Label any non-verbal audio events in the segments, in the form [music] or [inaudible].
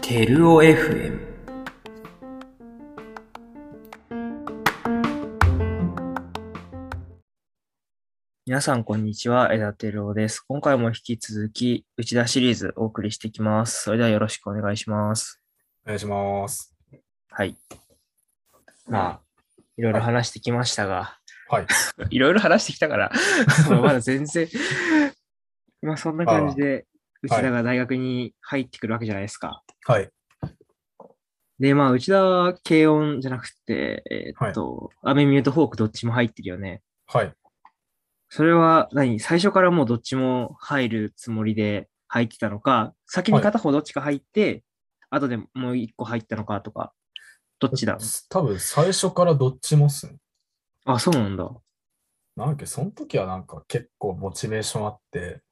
テルオ FM 皆さん、こんにちは。枝テルオです。今回も引き続き、内田シリーズお送りしていきます。それではよろしくお願いします。お願いします。はい。まあ、いろいろ話してきましたが、はい。 [laughs] いろいろ話してきたから、まだ全然、まあそんな感じで、内田が大学に入ってくるわけじゃないですか。はい。で、まあ、内田は軽音じゃなくて、えーっと、アメミューとフォークどっちも入ってるよね。はい。それは何最初からもうどっちも入るつもりで入ってたのか、先に片方どっちか入って、後でもう一個入ったのかとか、どっちだ多分最初からどっちもっすね。あ、そうなんだ。なんかその時はなんか結構モチベーションあって、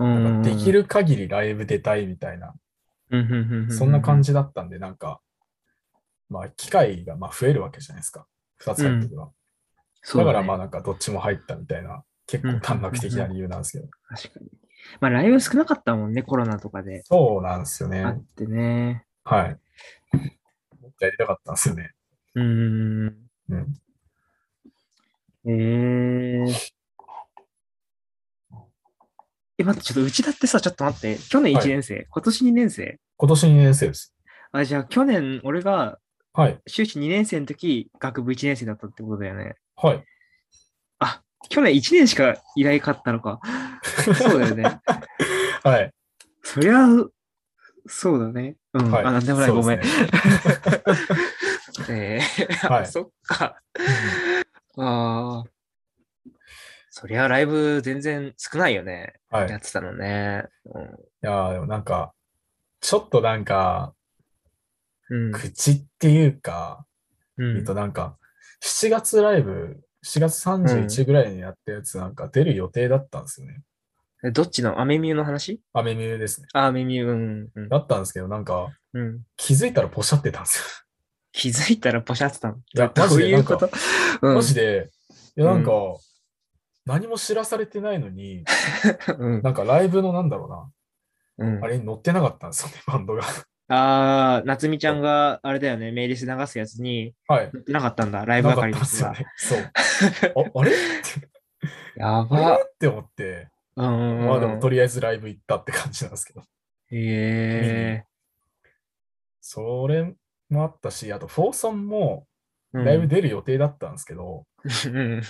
うなんん。かできる限りライブ出たいみたいな、うんうんうんうん。そんな感じ。じだったんで、なんか、まあ機会がまあ増えるわけじゃないですか。二つ入ってくのは。そだうかだらねまあなんかどっちも入ったみたいな、結う構ん短絡的な理由なんですけど。確かに。まあ、ライブ少なかったもんね、コロナとかで。そうなんですよあねっ。てね。はい。もっとやりたかったんですよね。うーん。うん。えー。え、待って、ちょっと内田ってさ、ちょっと待って、去年はい1年生、今年2年生今年2年生です。あ、じゃあ去年俺がはい。修士2年生の時、学部1年生だったってことだよね。はい。去年1年しか依頼かったの [laughs] か。そうだよね。はい。そりゃ、そうだね。うん。はい。あ、なんでもない、ごめん。そうえー、はい [laughs] そっか。ですね。ああ。そりゃライブ全然少ないよね。はい。やってたのね。いやーでもなんか、ちょっとなんか、うん。口っていうか、うんえっとなんか、7月ライブ、7月31ぐらいにやったやつなんか出る予定だったんですよね。えどっちのアメミューの話アメミューですね。あ、アメミュー、うん、うんだったんですけど、なんか、うん。気づいたらポシャってたんです気づいたらポシャってたの。い [laughs] やどマジうでいうことうよ。んマジで、いやなんかう、何も知らされてないのに、うんなんかライブのなんだろううんな、あれに乗ってなかったんですよね、 [laughs] バンドが。あー、夏美ちゃんが、あれだよね、メイリス流すやつに、はい。乗ってなかったんだ、ライブなか係っのたんです人よね。が。そう。ああれ [laughs] ってやあば。れって思って、うん。まあでもとりあえずライブ行ったって感じなんですけど。えそれもあったし、あと、フォーソンもー。ライブ出る予定だったんですけど、うん。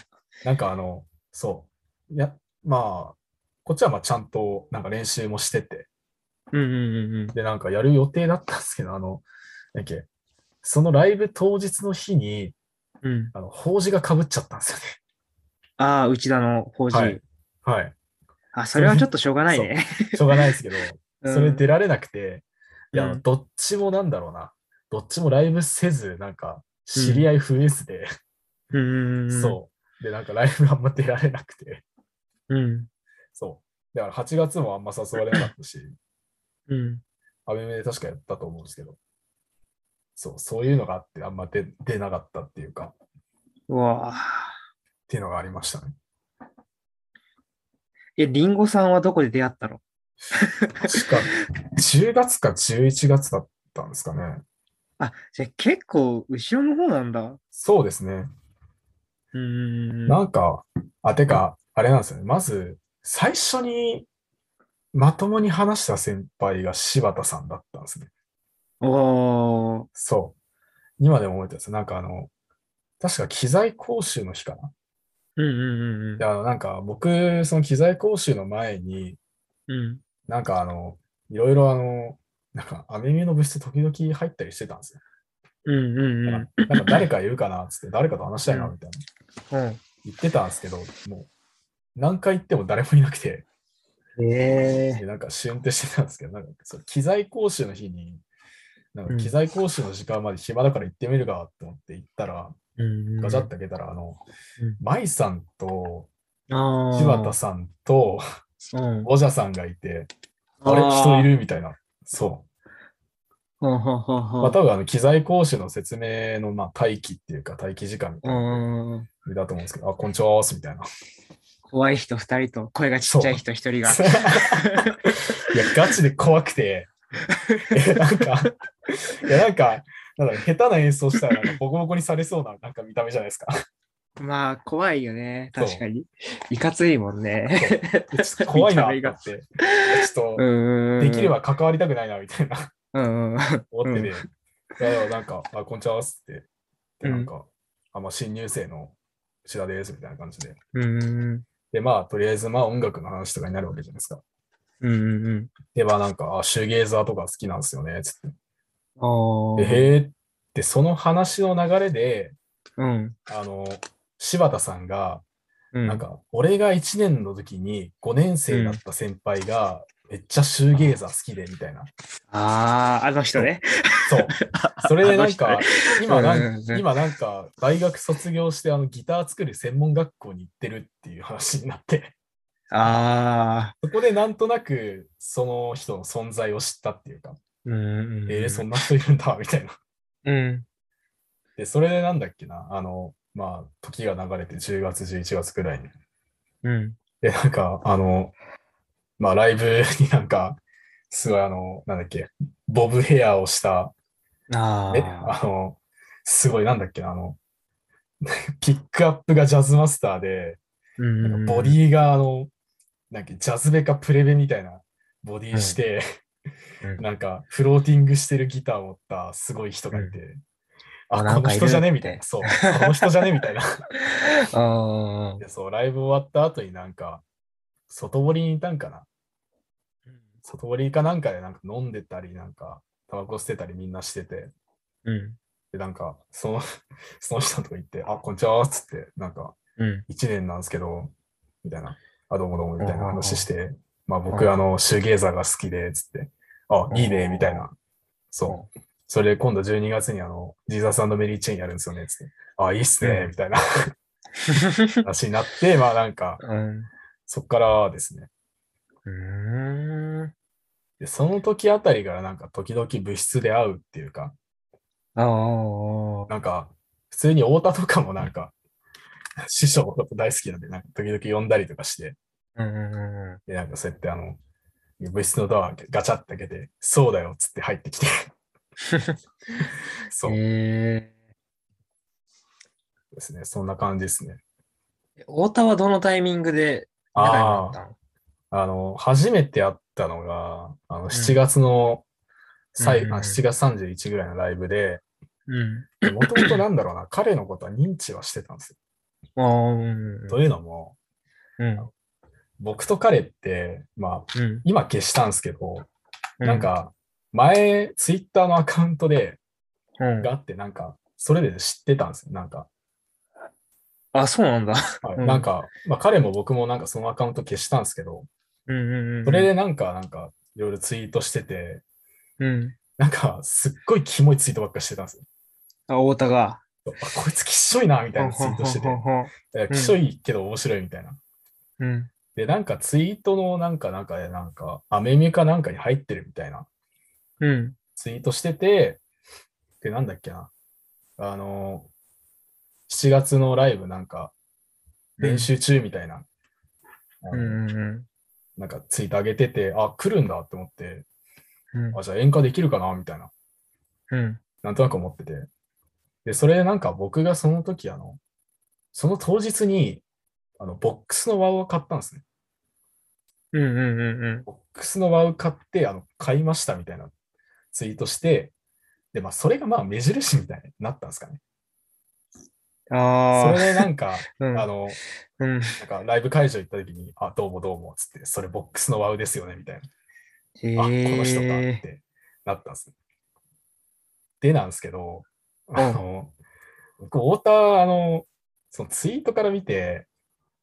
なんかあの、そう、いや、まあ、こっちはまあちゃんとなんか練習もしてて、うんうんうんで、なんかやる予定だったんですけど、あの、なんだっけ、そのライブ当日の日に、うん。うん。あの、法事がかぶっちゃったんですよね。 [laughs] ああ、内田の法事。はいはい。あ、それはちょっとしょうがないね。しょうがないですけど、うんそれ出られなくて、いや、あうのんどっちもなんだろうな、どっちもライブせず、なんか、知り合い増えずで、うーん。そう。で、なんかライブあんま出られなくて、 [laughs] う。うん。そう。だから8月もあんま誘われなかったし、うん。アベメで確かやったと思うんですけど、そう、そういうのがあって、あんま出出なかったっていうか、っうわあ。ていうのがありましたね。え、リンゴさんはどこで出会ったの確か、10月か11月だったんですかね。あ、じゃあ結構後ろの方なんだ。うそうですね。ーん。なんか、あ、てか、あれなんですよね。まず、最初にまともに話した先輩が柴田さんだったんですね。おー。そう。今でも覚えてるんですよなんかあの、確か機材講習の日かな。うんうんうんで、あの、なんか僕、その機材講習の前に、うん。うん。なんかあの、いろいろあの、なんかアメミューの部室時々入ったりしてたんですよ。うんうんなうんかなんか誰かいるかなっつって、誰かと話したいなみたいな。ん。言ってたんですけど、もう、何回行っても誰もいなくて、うん、えでなんかシュンってしてたんですけど、なんかその機材講習の日に、なんか機材講習の時間まで暇だから行ってみるかと思って行ったら、ー。うんガチャって開けたら、あのうん、舞さんとあー柴田さんとうん。おじゃさんがいて、あれ、人いるみたいな。そはははう。は。まあ、多分あの機材講習の説明のまあ待機っていうか、待機時間みたういなのんうんうん。だと思うんですけど、あ、こんにちはーすみたいな。怖い人2人と声がちっちゃい人1人 [laughs] が。いや、ガチで怖くて。えなんか、いや、なんか、なんだろう下手な演奏したら、なんかボコボコにされそうな、なんか見た目じゃない [laughs] ですか。まあ怖いよね。そう確かに。いかついもんね。でちょっと怖いな見たっ目てがなって、ちょっと、でできれば関わりたくないな、みたいな、うんうん。思ってて、ういや、でもなんか、あ、こんにちはっつって、で、なんか、あ、まあ、新入生の内田です、みたいな感じで。うんで、まあ、とりあえず、まあ、音楽の話とかになるわけじゃないですか。うんうんで、まあ、なんか、あ、シューゲーザーとか好きなんですよね、つって。うん。おで、ー。へえって、その話の流れで、うん。あの、柴田さんが、ななん、か、俺が1年の時に5年生だった先輩が、めっちゃシューゲーザー好きで、みたいな。ああ、あの人ね。 [laughs] そう。それでなんあかの、今なうんんうんうん今なんか、大学卒業して、あの、ギター作る専門学校に行ってるっていう話になって、 [laughs] ああ。そこでなんとなく、その人の存在を知ったっていうか、うんうん。えー、そんな人いるんだ、みたいな。うん。で、それでなんだっけな、あの、まあ、時が流れて10月、11月くらいに。うん。で、なんか、あの、まあ、ライブになんか、すごいあの、なんだっけ、ボブヘアをした、あえ、あ。あの、すごいなんだっけな、あの、 [laughs] ピックアップがジャズマスターで、うんうんうんボディがあの、なんかジャズベかプレベみたいなボディして、うんなんかフローティングしてるギターを持ったすごい人がいて、ああ、なこのんかいる人じゃねみたいな。そう、この人じゃねみたいな。 [laughs] あーで、そう、ライブ終わった後になんか、外堀にいたんかな。外堀かなんかでなんか飲んでたり、なんか、タバコ捨てたりみんなしてて、うん。で、なんか、その、その人のとこ行って、あ、こんにちは、っつって、なんか、うん。 1年なんですけど、みたいな、あ、どうもどうも、みたいな話して、まあう僕、んあの、シューゲーザーが好きで、つって、あ、いいね、みたいな。そう。それで今度12月にあの、ジーザスメリーチェーンやるんですよね、つって。あ、いいっすうねん、みたいな [laughs] 話になって、まあなんか、 [laughs] うん。そっからですね。うーん。で、その時あたりからなんか時々部室で会うっていうか、ああ。なんか、普通に太田とかもなんか、師匠のこと大好きなんで、なんか時々呼んだりとかして、うんうんうんうん。で、なんかそうやってあの、部室のドアガチャって開けて、そうだよっつって入って [laughs] きて、そうでえすね、そんな感じですね。ー。太田はどのタイミングで仲良くなあったのあ、あの、初めて会ったのが、あの、ん7月の、最うんうんあ7月31ぐらいのライブで、うん。もともとなんだろうな、 [laughs] 彼のことは認知はしてたんですよ。ああ、うん。というのも、うん。僕と彼って、まあ、うん。今消したんですけど、なん、か、前、ツイッターのアカウントで、うん、があって、なんか、それで知ってたんですよ。なんか、あ、そうなんだ。 [laughs] はいうんなんか、まあ、彼も僕もなんかそのアカウント消したんですけど、うんうんうん。それでなんか、なんか、いろいろツイートしてて、うん。なんか、すっごいキモいツイートばっかしてたんですよ。あ、太田が。あ、こいつきっしょいな、みたいなツイートしてほんてほんほんほえ、きっしょいけど面白いみたいな。んうん。で、なんかツイートのなんか、なんか、なんか、アメミかなんかに入ってるみたいなうん。ツイートしてて、で、なんだっけな。あの、7月のライブなんか、練習中みたいな、あうのんうんなんかツイート上げてて、あ、来るんだって思って、うん。あ、じゃあ演歌できるかなみたいな、うん。なんとなく思ってて。で、それでなんか僕がその時、あの、その当日に、あの、ボックスのワウを買ったんですね。うんうんうんうん。ボックスのワウ買って、あの、買いましたみたいなツイートして、で、まあ、それがまあ、目印みたいになったんですかね。そあれでなんか、あ。うんあの、うん。なんかライブ会場行った時に、あ、どうもどうも、つって、それボックスのワウですよね、みたいへな。あ、この人かっえ。てなったんです。でなんですけど、あの、僕、太田、あの、そのツイートから見て、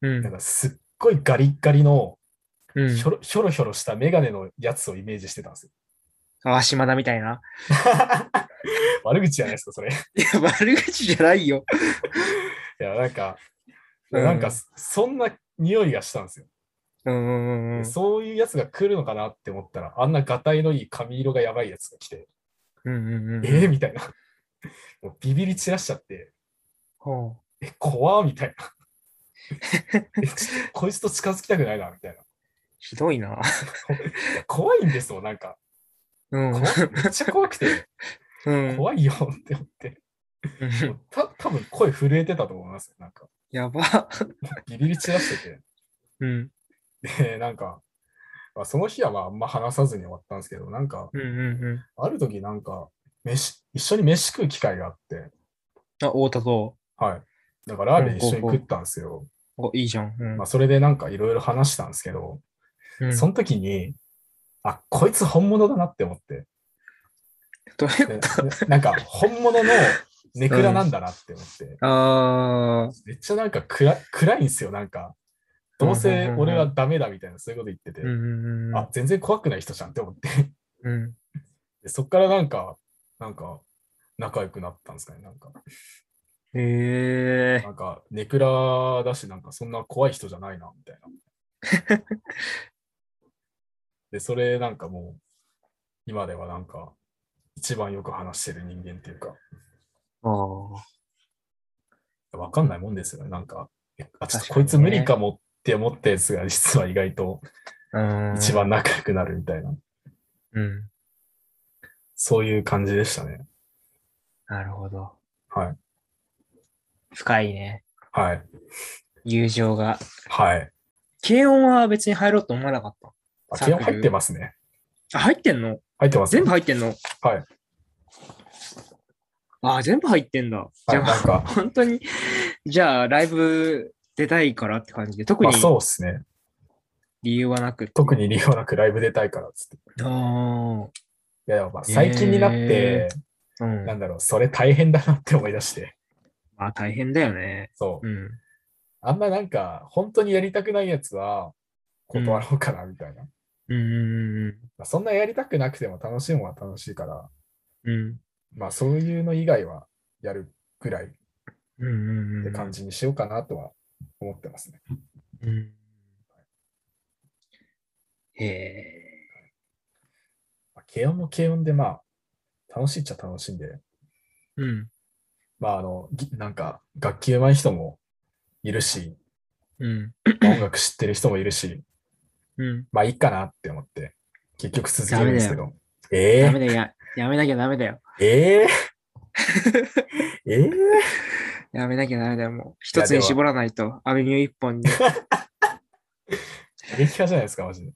うなんん。かすっごいガリッガリの、うひんょ。ろひょろひょろしたメガネのやつをイメージしてたんですよ。 [laughs] あ、島田みたいな。悪口じゃないですか、それ。いいや、悪口じゃないよ。や、なんか、うんなんか、そんな匂いがしたんですよ。うんうんうん。そういうやつが来るのかなって思ったら、あんながたいのいい髪色がやばいやつが来て、うんうんうん。えー、みたいな。もうビビり散らしちゃって、ほえ、怖ーみたいえちょっとこいつと近づきたくないな、みたいな。ひどいな。 [laughs] 怖いんですよ、なんか。うん。怖いめっちゃ怖くて、うん。怖いよって思って。もうた多分声震えてたと思いますよ。なんか、やば。 [laughs] ビビり散らしてうん。て。で、なんか、まあ、その日はまあ、あんま話さずに終わったんですけど、なんか、うんうんうん。ある時なんか、飯、一緒に飯食う機会があって、あ、太田と。はい。だから、ラーメン一緒にほうほうほう食ったんですよ。お、いいじゃん。うんまあ、それでなんかいろいろ話したんですけど、うん。その時に、あ、こいつ本物だなって思って。どういうでことなんか、本物のネクラなんだなって思って。あめっちゃなんか暗暗いんですよ、なんか。どううんうんせうん俺はダメだみたいな、そういうこと言っててー。う。んうんうん。あ、全然怖くない人じゃんって思って。うん。でそっからなんか、なんか、仲良くなったんですかね、なんか。へえなんか、ネクラだし、なんかそんな怖い人じゃないな、みたいな。で、それなんかもう、今ではなんか、一番よく話してる人間っていうか、ああ。わかんないもんですよね、なんか。えあ、ちょっ確とかこにねいつ無理かもって思ったやつが、 [laughs] 実は意外とうん。一。番仲良くなるみたいな。うん。そういう感じでしたね。なるほど。はい。深いね。はい。友情が。はい。軽音は別に入ろうと思わなかった。あ、サ気ークル温入ってますね。あ、入ってんの入ってます。全部入ってんのはい。あ、全部入ってんだ。はじいゃなんあ、か本当に、じゃあ、ライブ出たいからって感じで、特まあにそうですね。理由はなく。特に理由はなくライブ出たいからっつって。いあや、やっぱ最近になってへ、あ、うん。なんだろう、それ大変だなって思い出して。まあ、大変だよね。そうう。ん。あんまなんか、本当にやりたくないやつは、断ろうかな、みたいな。うん。まあそんなやりたくなくても楽しいもんは楽しいから、うん。まあそういうの以外はやるぐらいっうんうんうん。て感じにしようかなとは思ってますね。うん。へえ。まあ軽音も軽音でまあ、楽しいっちゃ楽しいんで、うん。まああの、ぎなんか楽器上手い人もいるし、うん。まあ音楽知ってる人もいるし、うん。まあいいかなって思って、結局続けるんですけど。えダーメ、だよ。ややめなきゃダメだよ。えー、えー、やめなきゃダメだよ。もう、一つに絞らないと、アベミュー一本に。激化じゃないですか、マジ [laughs] で。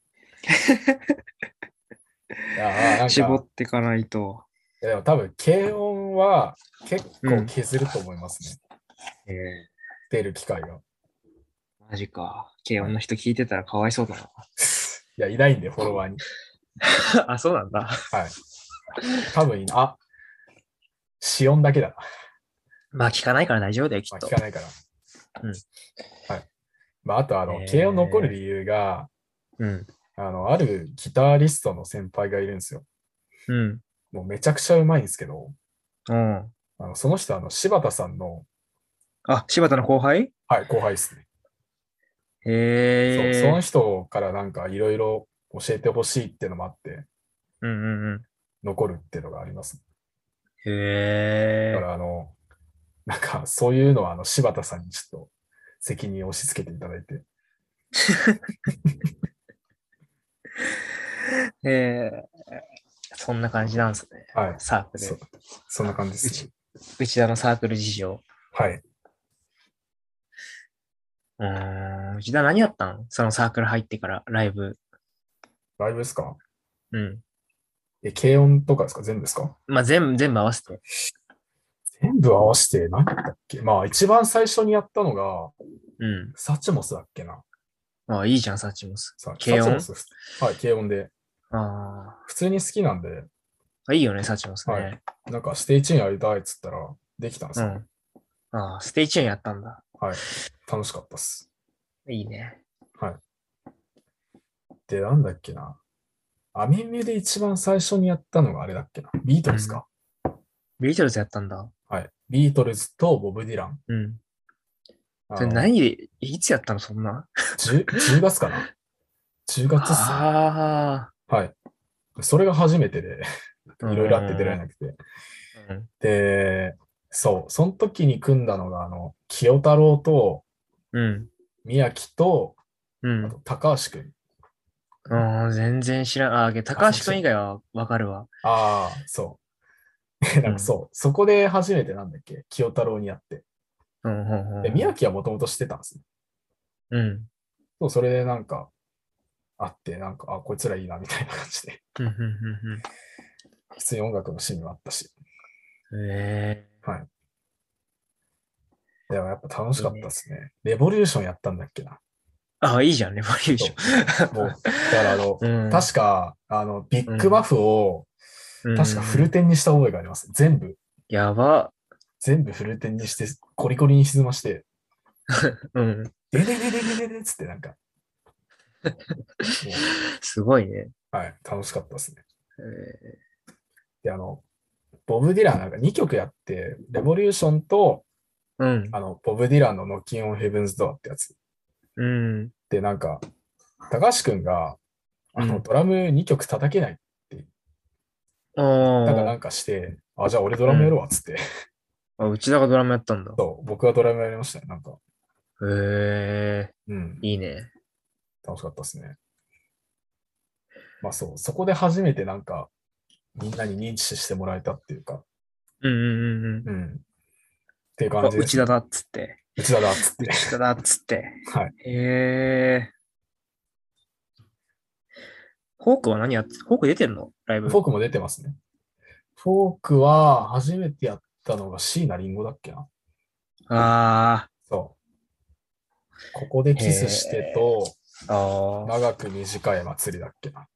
いやまあなん絞かっていかないと。いやでも多分、軽音は結う構ん削ると思いますね。ええ。出る機会が。マジか。軽音の人聞いてたらかわいそうだな。いや、いないんで、フォロワーに。 [laughs] あ、そうなんだ。多分いない、あ、死音だけだな。まあ聞かないから大丈夫だよ、きまっあ、と聞。かないから。うんはい。まあ、あと、あのえ、ー軽音残る理由が、うん。あの、あるギタリストの先輩がいるんですよ。うん。もうめちゃくちゃうまいんですけど、うん。あのその人、あの、柴田さんの、あ、柴田の後輩はい、後輩ですね。そうへえ。その人からなんかいろいろ教えてほしいっていうのもあって、うんうんうん。残るっていうのがあります。だへから、あの、なんか、そういうのは、あの、柴田さんにちょっと責任を押し付けていただいて、え。へえ。そんな感じなんですね。はい。サークそル。そんな感じですね。内田のサークル事情。はい。うーん。内田何やったのそのサークル入ってから、ライブ。ライブですかうん。え、軽音とかですか全部ですかまあ全部、全部合わせて。全部合わせて何だったっけまあ、一番最初にやったのが、うん。サチモスだっけな。ああ、いいじゃん、サチモス。さ軽音サチモスはい、軽音で。あ普通に好きなんで、あ。いいよね、サチモスね。はいなんかステイチューンやりたいっつったら、できたんですうよ、ん。ああ、ステイチューンやったんだ。はい。楽しかったっす。いいね。で、なんだっけな。アミメで一番最初にやったのがあれだっけな。ビートルズか。ビートルズやったんだ。はい。ビートルズとボブ・ディラン。うん。あそれの何で、いつやったのそんな。 10, 10月かな。10月っすね。あはい。それが初めてで、いあ。ろいろあって出られなくて。うん。で、そう、その時に組んだのが、あの、清太郎とうん。宮城と、うあん。と高橋くん。うん、全然知らん。あー、けど高橋君以外はわかるわ。ああ、そう。 [laughs] なんかそう、そこで初めてなんだっけ、清太郎に会って。うん、うん、うでん。宮城はもともと知ってたんですね。うん。そう、それでなんか、会って、なんか、あ、こいつらいいな、みたいな感じで。 [laughs] うん、うん、普通に音楽の趣味もあったし。うん。うん。えでもやっぱ楽しかったですね。レボリューションやったんだっけな。ー。あ、いいじゃんね、バ [laughs] リューション。もう、だからあの、うん確か、あの、ビッグバフを、うん確かフルテンにした覚えがあります。全部、やば。全部フルテンにして、コリコリに沈まして、うん。でででででででっつってなん [laughs] か、もすごいね。うはい、楽しかったですね。えで、あの、ボブ・ディランなんか2曲やって、レボリューションと、ーあの、ボブ・ディランのノッキン・オン・ヘブンズ・ドアってやつ。うん。うん。で、なんか、高橋くんが、あうの、んドラム2曲叩けない。あだからーなんかして、あ、じゃあ俺ドラムやろうわっつって、あ、うちだがドラムやったんだ。そう、僕はドラムやりましたね。なんか、へえうんー、、いいね。楽しかったですね。まあそう、そこで初めてなんか、みんなに認知してもらえたっていうか、うんうんうんうん。うん。っていうあ、感じでうすちね、だだっつって。内田だっつっう [laughs] て。ちだだっつって。はい。へえー。フォークは何やってフォーク出てんのライブ。フォークも出てますね。フォークは初めてやったのが椎名林檎だっけな。あそう。ここでキスしてと、あ。ああ。長く短い祭りだっけな。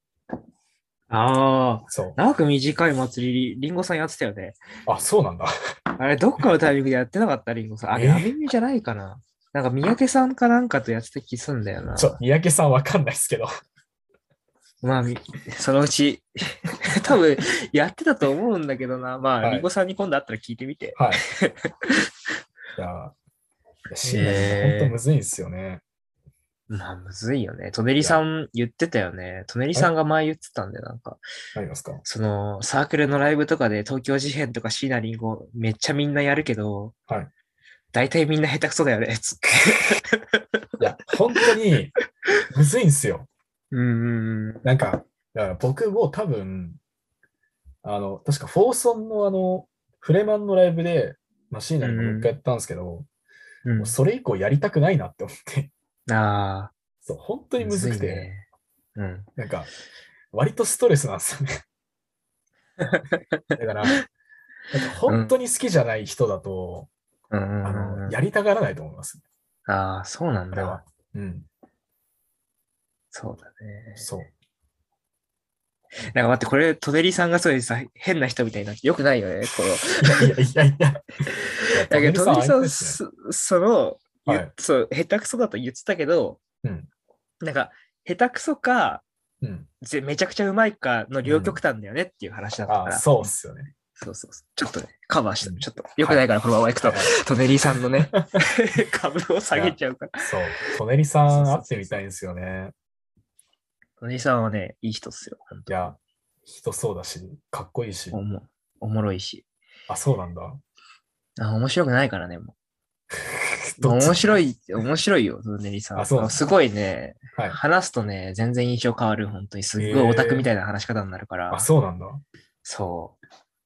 ああ。そう。長く短い祭り、リンゴさんやってたよね。あ、そうなんだ。 [laughs] あれ、どっかのタイミングでやってなかった、リンゴさん。あれ、えアメミじゃないかな。なんか、三宅さんかなんかとやってた気すんだよなち。ょ、三宅さんわかんないですけど。まあ、み [laughs] そのうち、 [laughs] 多分やってたと思うんだけどな。まあ、はいリンゴさんに今度会ったら聞いてみて。はい。いや、椎名林檎ほんとむずいんですよね。まあ、むずいよね。とねりさん言ってたよね。とねりさんが前言ってたんで、なんか、ありますかその、サークルのライブとかで東京事変とか椎名林檎、めっちゃみんなやるけど、はい大体みんな下手くそだよね、つって。いや、本当にむずいんですよ。うんうんなんか、だから僕も多分、あの、確かフォーソンのあの、フレマンのライブで、まあ、椎名にもう一回やったんですけど、うん。もうそれ以降やりたくないなって思って、うん、ああ。そう、本当にむずくて、いね。うん。なんか、割とストレスなんですよね。だから、なんか本当に好きじゃない人だと、うんうんあうんうんの、やりたがらないと思います。ああ、そうなんあれはだ。。うん、そうだね。そう。なんか待って、これ、トデリさんがそういうさ、変な人みたいになって、よくないよね、こ [laughs] の。いやいやいやいや。だけど、トデリさあれん、ですねそその、言っはいそう、下手くそだと言ってたけど、うんなんか、下手くそか、うん、ぜめちゃくちゃうまいかの両極端だよねっていう話だったから、あそうっすよね。そうそうそう。ちょっとね、カバーした。うんちょっと、よくないから、このままいくと、トデリさん [laughs] のね、株を下げちゃうから。そう。トネリさそうんそうそう会ってみたいんですよね。トデリさんはね、いい人っすよ。本いや、人そうだし、かっこいいし当。おもおもろいし。あ、そう [laughs] なんだ。あ面白くないからね、もう。どっち面白い、面白いよ、トネリさん。あそうなんだすごいね、はい話すとね、全然印象変わる、本当に。すっへごいーオタクみたいな話し方になるから。あ、そうなんだ。そ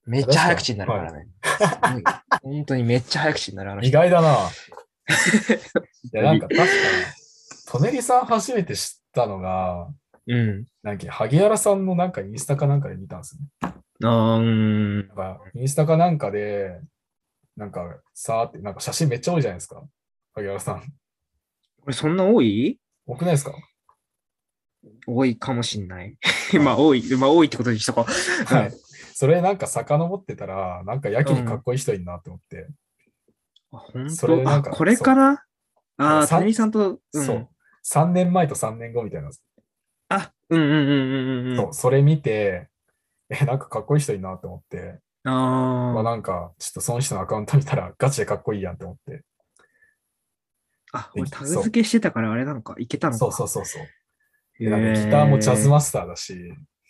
う。めっちゃ早口になるからね。すごい [laughs] 本当にめっちゃ早口になる意外話。だ [laughs] な。いや、なんか確かに、トネリさん初めて知ったのが、うん。なんか、萩原さんのなんかインスタかなんかで見たんですね。あーうーんなんか、インスタかなんかで、なんか、さーって、なんか写真めっちゃ多いじゃないですか。萩原さん。これそんな多い多くないですか多いかもしんない。 [laughs] まあ多い、まあ多いってことにしとこう。はういん。。それなんか遡ってたら、なんかやけにかっこいい人いんなって思って。あ本それで当なあ、んかこれかなああ、さんトネリさんと、うん、そう。3年前と3年後みたいな。あ、うんうんうんうんうん。そう。それ見て、え、なんかかっこいい人いんなって思って。あまあーなんか、ちょっとその人のアカウント見たらガチでかっこいいやんって思って。あ、俺タグ付けしてたからあれなのか、いけたのか。そうそうそうそう。へでなんかギターもジャズマスターだし、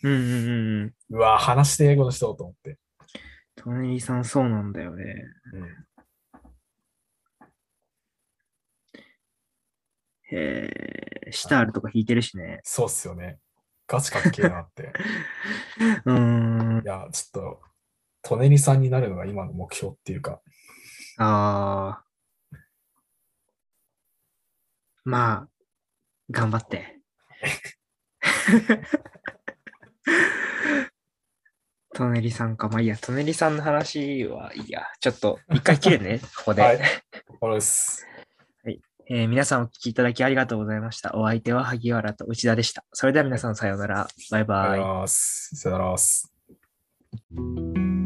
うんうんうんうん。うわ、話して英語の人と思って。トネリさんそうなんだよね。うんへえ、シタールとか弾いてるしね。そうっすよね。ガチかっけえな [laughs] って。うーんい。や、ちょっと、トネリさんになるのが今の目標っていうか、ああ。まあ、頑張って。 [laughs] トネリさんか。まあいいや、トネリさんの話はいいや。ちょっと、一回切 [laughs] るね、ここで。はい俺です。えー皆さんお聞きいただきありがとうございました。お相手は萩原と内田でした。それでは皆さんさようなら。バイあバりイがとうござい。ます。さよなら。